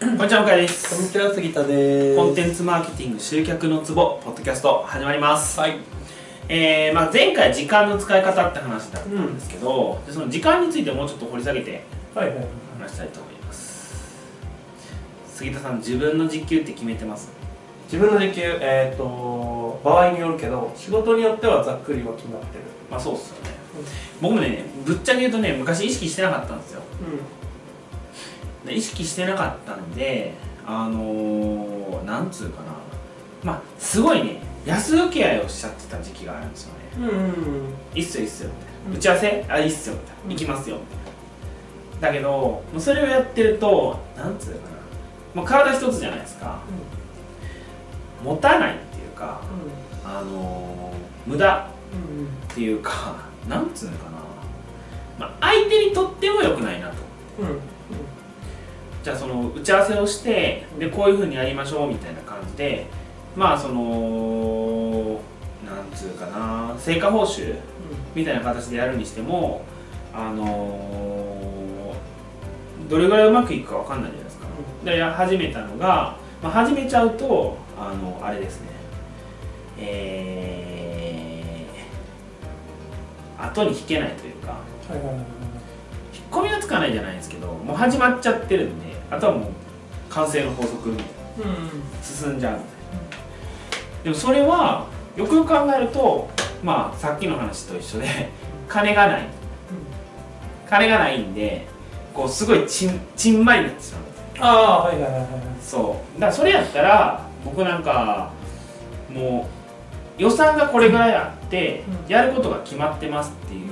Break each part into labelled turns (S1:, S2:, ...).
S1: こんにちは向井です
S2: こんにちは杉田です。
S1: コンテンツマーケティング集客のツボポッドキャスト始まります、
S2: はい。
S1: えーまあ、前回時間の使い方って話だったんですけど、でその時間についてもうちょっと掘り下げて
S2: はいはい。
S1: 話したいと思います杉田さん自分の時給って決めてます
S2: 自分の時給えっ、と場合によるけど仕事によってはざっくりは決まってる。
S1: まあそうっすよね僕もねぶっちゃけ言うとね昔意識してなかったんですよで意識してなかったんであのー、なんつうかなまあすごいね安請け合いをしちゃってた時期があるんですよね
S2: うん。うんうん
S1: いいっすよいいっすよみたいな、
S2: うん
S1: 打ち合わせあいいっすよみたいな、
S2: うん
S1: 行きますよみたいなだけどもうそれをやってるとなんつうのかな、まあ、体一つじゃないですか持たないっていうかあのー無駄
S2: うんうん
S1: っていうか なんつうのかな、まあ、相手にとっても良くないなと
S2: うんうん
S1: じゃあその打ち合わせをしてでこういうふうにやりましょうみたいな感じでまあそのなんつうかな成果報酬みたいな形でやるにしても、あのーどれぐらいうまくいくかわかんないじゃないですか。で始めたのが、まあ、始めちゃうとあのあれですねえー、後に引けないというか
S2: はいはいはいはい。
S1: 引っ込みがつかないじゃないですけどもう始まっちゃってるんであとはもう完成の法則みたいな
S2: うんうん
S1: 進んじゃうみたいなでもそれはよくよく考えるとまあさっきの話と一緒で 金がない金がないんでこうすごいちんちんまいになってしまうんですよ
S2: ああーはいはいはいはいはい。
S1: そうだからそれやったら僕なんかもう予算がこれぐらいあって
S2: うん
S1: やることが決まってますっていう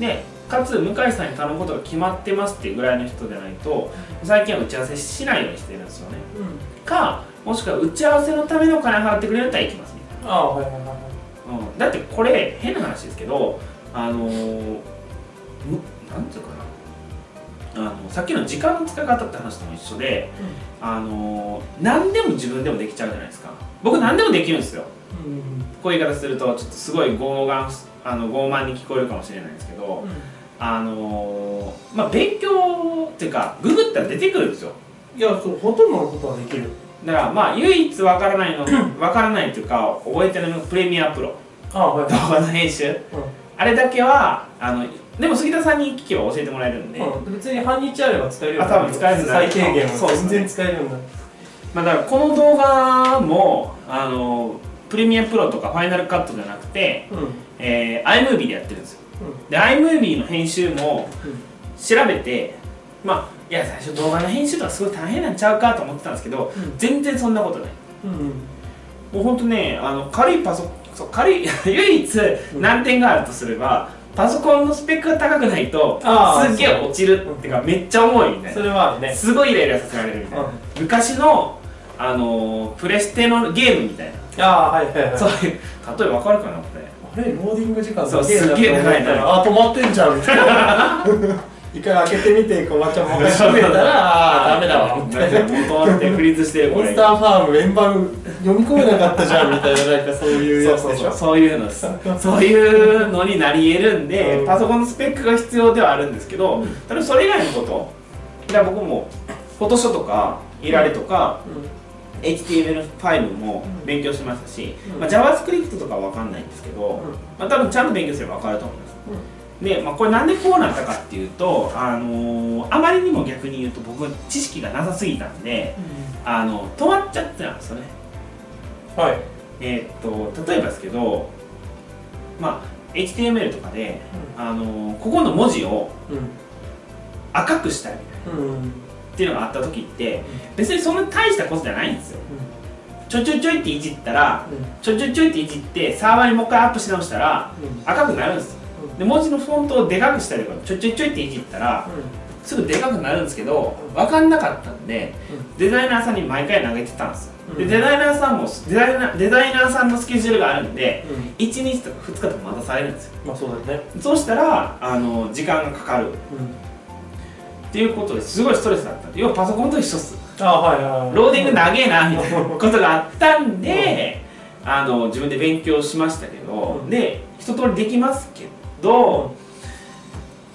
S1: でかつ向井さんに頼むことが決まってますっていうぐらいの人でないと最近は打ち合わせしないようにしてるんですよね
S2: うん。
S1: かもしくは打ち合わせのためのお金払ってくれるんだったら行きますみたい
S2: ああはいはいはいはい。
S1: な、うん、だってこれ変な話ですけどあのー、むなんていうかなあのさっきの時間の使い方って話とも一緒で、あのー、何でも自分でもできちゃうじゃないですか僕何でもできるんですよ
S2: うん
S1: こういう言い方するとちょっとすごい傲慢あの傲慢に聞こえるかもしれないんですけど、
S2: う
S1: あのー、まあ勉強っていうかググったら出てくるんですよ
S2: ん。いやそうほとんどのことはできる。
S1: だからまあ唯一わから ないのわからないというか覚えてるのがプレミアプロ
S2: ああはい
S1: 動画の編集あれだけはあのでも杉田さんに聞けば教えてもらえるんで、
S2: うんうん。別に半日あれば使えるよ。
S1: あ多分使えるんだ
S2: 最低限
S1: そう
S2: は
S1: です
S2: 全
S1: ね
S2: 然使えるんだ。
S1: まあ、だからこの動画もあのプレミアプロとかファイナルカットじゃなくて、
S2: うん
S1: えー、iMovie でやってるんですよ
S2: うん。
S1: で iMovie の編集も
S2: うん
S1: 調べてまあいや最初動画の編集とかすごい大変なんちゃうかと思ってたんですけど、
S2: うん
S1: 全然そんなことない
S2: うん
S1: もうほんとねあの軽いパソそう軽い 唯一難点があるとすれば、パソコンのスペックが高くないと
S2: あー
S1: すっげえ落ちるっていうかめっちゃ重いみたい
S2: そ
S1: な、
S2: れはあるね
S1: すごいイライラさせられるみたいな、
S2: うん
S1: 昔の、あのープレステのゲームみたいな、
S2: ああはいはいはい
S1: そういう例えば分かるかなこれ
S2: あれローディング時間
S1: そう
S2: すげえな
S1: すげえ長い
S2: と思ったらあ止まってんじゃんみたいな一回開けてみてこまちゃんもう一回閉めたらあーダメだわ
S1: も
S2: み
S1: う
S2: たいな
S1: 止ってフリーズしてる
S2: モ
S1: こ
S2: ン
S1: れ
S2: スターファームメンバー読み込めなかったじゃんみたいななんかそういう
S1: そう
S2: やつ
S1: そう
S2: でし
S1: そ
S2: ょ
S1: うそういうの ですそういうのになり得るんで、
S2: うん
S1: パソコンのスペックが必要ではあるんですけど、
S2: うん
S1: ただそれ以外のことだから僕もフォトショとかいられとか、HTML5 も
S2: うん
S1: 勉強しましたし、
S2: うん
S1: まあ、JavaScript とかは分かんないんですけど、
S2: うん
S1: まあ、多分ちゃんと勉強すれば分かると思いますで、まあ、これなんでこうなったかっていうと、あのーあまりにも逆に言うと僕知識がなさすぎたんで、あの止まっちゃってたんですよね
S2: はい
S1: えーっと例えばですけど、まあ、HTML とかで、あのここの文字を赤くしたいっ
S2: うんうんうん
S1: ていうのがあった時って別にそんな大したことじゃないんですよちょいちょいちょいっていじったらちょいちょいちょいっていじってサーバーにもう一回アップし直したら赤くなるんですよで文字のフォントをでかくしたりとかちょいちょいちょいっていじったらすぐでかくなるんですけど分かんなかったんでデザイナーさんに毎回投げてたんですよで
S2: うん
S1: デザイナーさんもデザイナーデザイナーさんのスケジュールがあるんで
S2: うん
S1: 1日とか2日とか待たされるんですよ
S2: まあそうだよね
S1: そうしたらあの時間がかかるっていうことですごいストレスだった要はパソコンと一緒っす
S2: ああはいはいはい
S1: ローディング長えなみたいなことがあったんで、あの自分で勉強しましたけど、
S2: うん
S1: で一通りできますけど、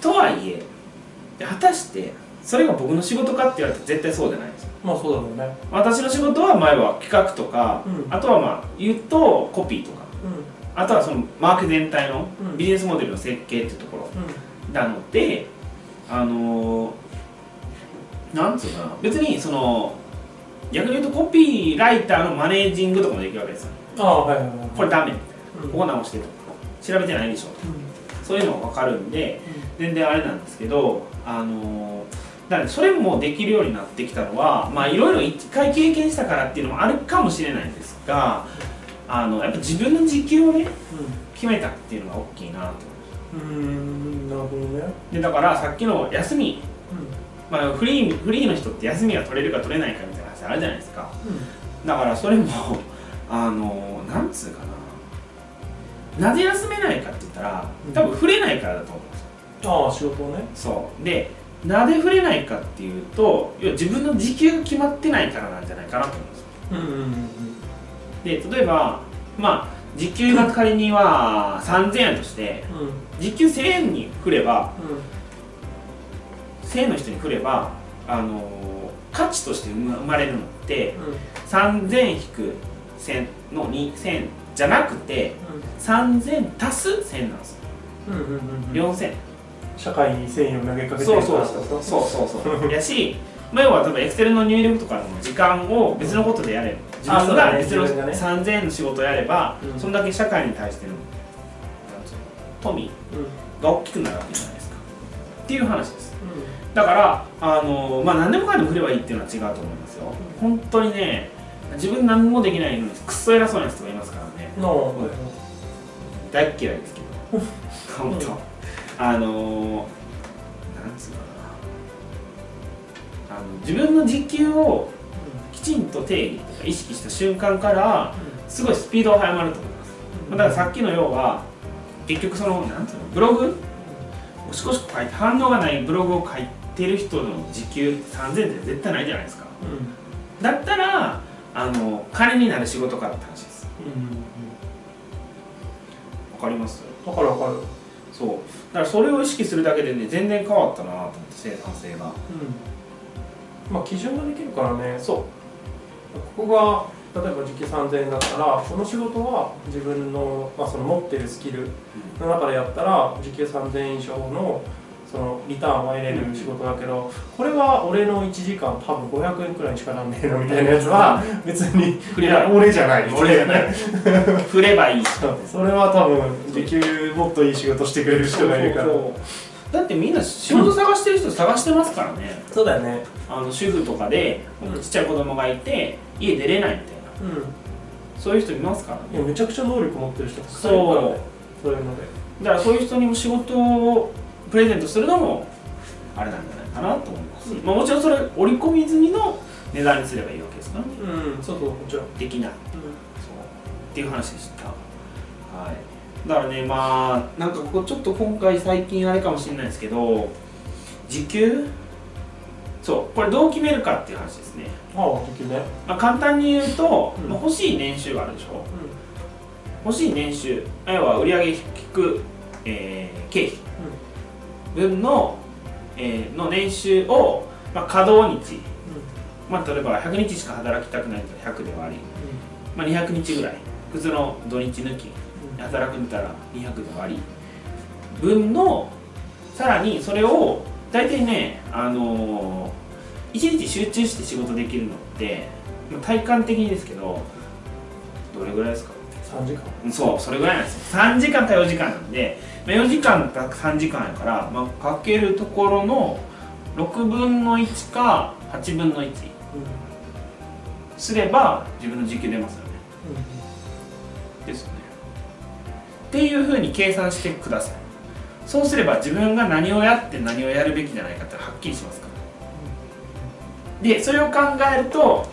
S1: とはいえ果たしてそれが僕の仕事かって言われたら絶対そうじゃないんですよ
S2: まあそうだろうね
S1: 私の仕事は前は企画とか、
S2: うん
S1: あとはまあ言うとコピーとか
S2: う
S1: あとはそのマーク全体の
S2: うん
S1: ビジネスモデルの設計っていうところ
S2: んうん
S1: なのであのーなんつうのかな別にその逆に言うとコピーライターのマネージングとかもできるわけですよ
S2: ああはいはいはい
S1: これダメ
S2: うん
S1: ここ直してとか調べてないでしょ
S2: うん
S1: そういうのが分かるんで全然あれなんですけどあのだからそれもできるようになってきたのはまあいろいろ一回経験したからっていうのもあるかもしれないんですがあのやっぱ自分の時給をね決めたっていうのが大きいなと思いま
S2: うんうんなるほどね
S1: すでだからさっきの休み、まあ、フリーフリーの人って休みが取れるか取れないかみたいな話あるじゃないですかだからそれも あのなんつうかななぜ休めないかって言ったら多分触れないからだと思うんですよ
S2: ああ仕事をね
S1: そうでなぜ触れないかっていうと要は自分の時給が決まってないからなんじゃないかなと思うんですよ
S2: うんうんうん
S1: で例えばまあ時給が仮には3000円として
S2: うんうん
S1: 時給1000円に振れば1000円の人に振ればあのー価値として生ま生まれるのって
S2: うん
S1: 3000引く1000の2000じゃなくて3000足す1000なんですよ
S2: うんうんうんうん
S1: 4000
S2: 社会に繊維を投げかけて
S1: そう
S2: る
S1: そうそうそうそうそうやしまあ要は例えばエクセルの入力とかの時間を別のことでやれる自
S2: あそ
S1: 分
S2: うだ
S1: が
S2: ね
S1: 別の
S2: 自分がね
S1: 3000円の仕事をやれば、
S2: うん
S1: そんだけ社会に対してのなんつうの富
S2: うんうん
S1: が大きくなるわけじゃないですかっていう話ですだからあのまあ何でもかんでも振ればいいっていうのは違うと思いますよ本当にね自分何もできないのにクソ偉そうな人がいますからね
S2: の
S1: 大っ嫌いですけど本当あのーなんつうのかなあの自分の時給をきちんと定義とか意識した瞬間からすごいスピードが早まると思います、まあだからさっきの要は結局そのなんつうのブログおしこしこ書いて反応がないブログを書いてる人の時給3000円って絶対ないじゃないですか
S2: うんうん
S1: だったらあの金になる仕事かって話です
S2: うん
S1: わかります
S2: だからわかる
S1: そうだからそれを意識するだけでね全然変わったなと思って生産性が
S2: うんまあ基準ができるからね
S1: そ
S2: ここが例えば時給3000円だったらこの仕事は自分の,、まあその持ってるスキルの中でやったら時給3000円以上のそのリターンは得れる仕事だけど、これは俺の1時間多分500円くらいしかなんねえのみたいなやつは別に
S1: 振れない
S2: いや俺じゃない
S1: 俺じゃない 振ればいい
S2: それは多分時給もっといい仕事してくれる人がいるから
S1: そうそうそうだってみんな仕事探してる人探してますからね
S2: そうだよね
S1: あの主婦とかで
S2: うん
S1: ちっちゃい子供がいて家出れないみたいな
S2: う
S1: そういう人いますから
S2: んいやめちゃくちゃ能力持ってる人たくさんいるから
S1: そ
S2: ねそういうので
S1: うだからそういう人にも仕事をプレゼントするのもあれなんじゃないかなと思います、
S2: うん
S1: まあ、もちろんそれ織り込み済みの値段にすればいいわけですからね
S2: うんそうそうもちろん
S1: できないそ
S2: うん
S1: うっていう話でしたはいだからねまあなんかここちょっと今回最近あれかもしれないですけど時給そうこれどう決めるかっていう話ですね、
S2: ああ時給ね
S1: まあ、簡単に言うと、
S2: うん
S1: まあ欲しい年収があるでしょ
S2: うん
S1: 欲しい年収要は売上引く、えー経費分の,、えーの年収を、まあ、稼働日、まあ、例えば100日しか働きたくないから100で割り、まあ、200日ぐらい普通の土日抜き働くんだったら200で割り分のさらにそれを大体ねあのー、1日集中して仕事できるのってまあ体感的にですけどどれぐらいですか
S2: 3時間
S1: そうそれぐらいなんですよ3時間か4時間なんで、まあ、4時間か3時間やから、まあ、かけるところの6分の1か8分の1すれば自分の時給出ますよねですよねっていうふうに計算してくださいそうすれば自分が何をやって何をやるべきじゃないかってはっきりしますからでそれを考えると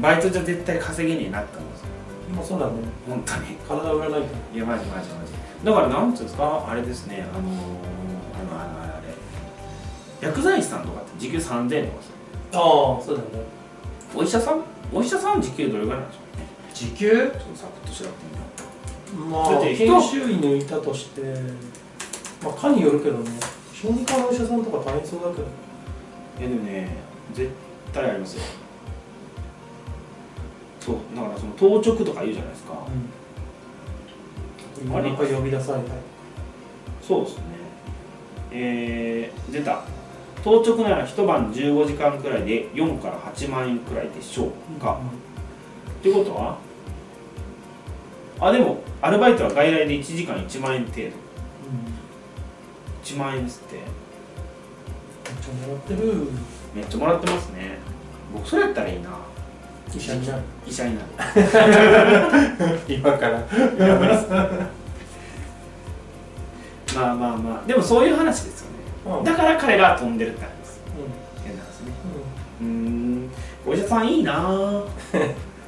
S1: バイトじゃ絶対稼げになったんですよ
S2: まあそうだね
S1: 本当に
S2: 体売らないと
S1: いやマジマジマジだからなんつうんですかあれですねあのー、あのあのあれあれ薬剤師さんとかって時給3000円とかですよ
S2: ああそうだよね
S1: お医者さんお医者さん時給どれぐらいなんでしょうね
S2: 時給
S1: ちょっとサクッと調べてみよ
S2: ま
S1: だ
S2: あ
S1: って人
S2: 研修医抜いたとしてまあ科によるけどね小児科のお医者さんとか大変そうだけど
S1: うえでもね絶対ありますよそうだからその当直とか言うじゃないですか
S2: うん、なんか呼び出されたり
S1: そうですねえー、出た当直なら一晩15時間くらいで4から8万円くらいでしょうか、ってことはあでもアルバイトは外来で1時間1万円程度
S2: うん
S1: 1万円ですって
S2: めっちゃもらってる
S1: めっちゃもらってますね僕それやったらいいな
S2: 医者になる
S1: 医者になる
S2: 今から
S1: まあまあまあでもそういう話ですよね
S2: うん、うん
S1: だから彼が飛んでるって話です変な話ねうーんお医者さんいいなぁ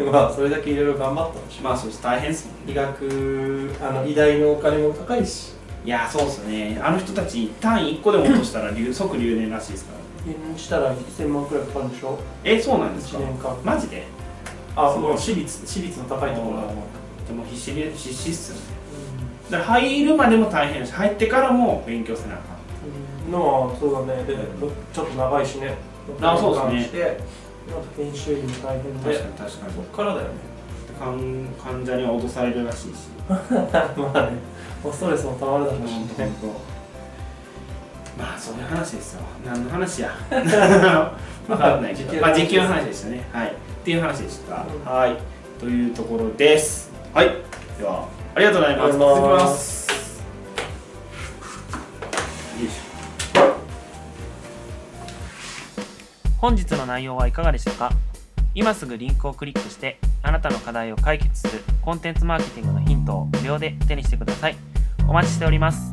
S2: うん、 まあそれだけいろいろ頑張ったんでしょ
S1: まあそして大変ですもんね
S2: 医学あの医大のお金も高いし
S1: いやそうっすねあの人たち単位1個でも落としたら留即留年らしいですからね
S2: 入院したら1000万くらいかかるんでしょ
S1: えそうなんです
S2: 1
S1: か
S2: 年間
S1: マジで
S2: あ
S1: そう
S2: もう私立私立の高いところだもん、うん
S1: でも必死で必死っすよねだから入るまでも大変だし入ってからも勉強せなあかん
S2: のはそうだねでろちょっと長いしね
S1: あそうですね
S2: ねあと研修医も大変で
S1: に確かに
S2: こっからだよね
S1: 患患者には脅されるらしいし
S2: まあねもうストレスもたまるだろうしね
S1: まあそういう話ですよ何の話や分かんないけど、まあ、実験の話でしたねはいっていう話でした、
S2: うん
S1: はいというところですはいではありがとうございます
S2: ありがとうござい
S1: 続
S2: ま
S1: きますよいしょ本日の内容はいかがでしたか今すぐリンクをクリックしてあなたの課題を解決するコンテンツマーケティングのヒントを無料で手にしてくださいお待ちしております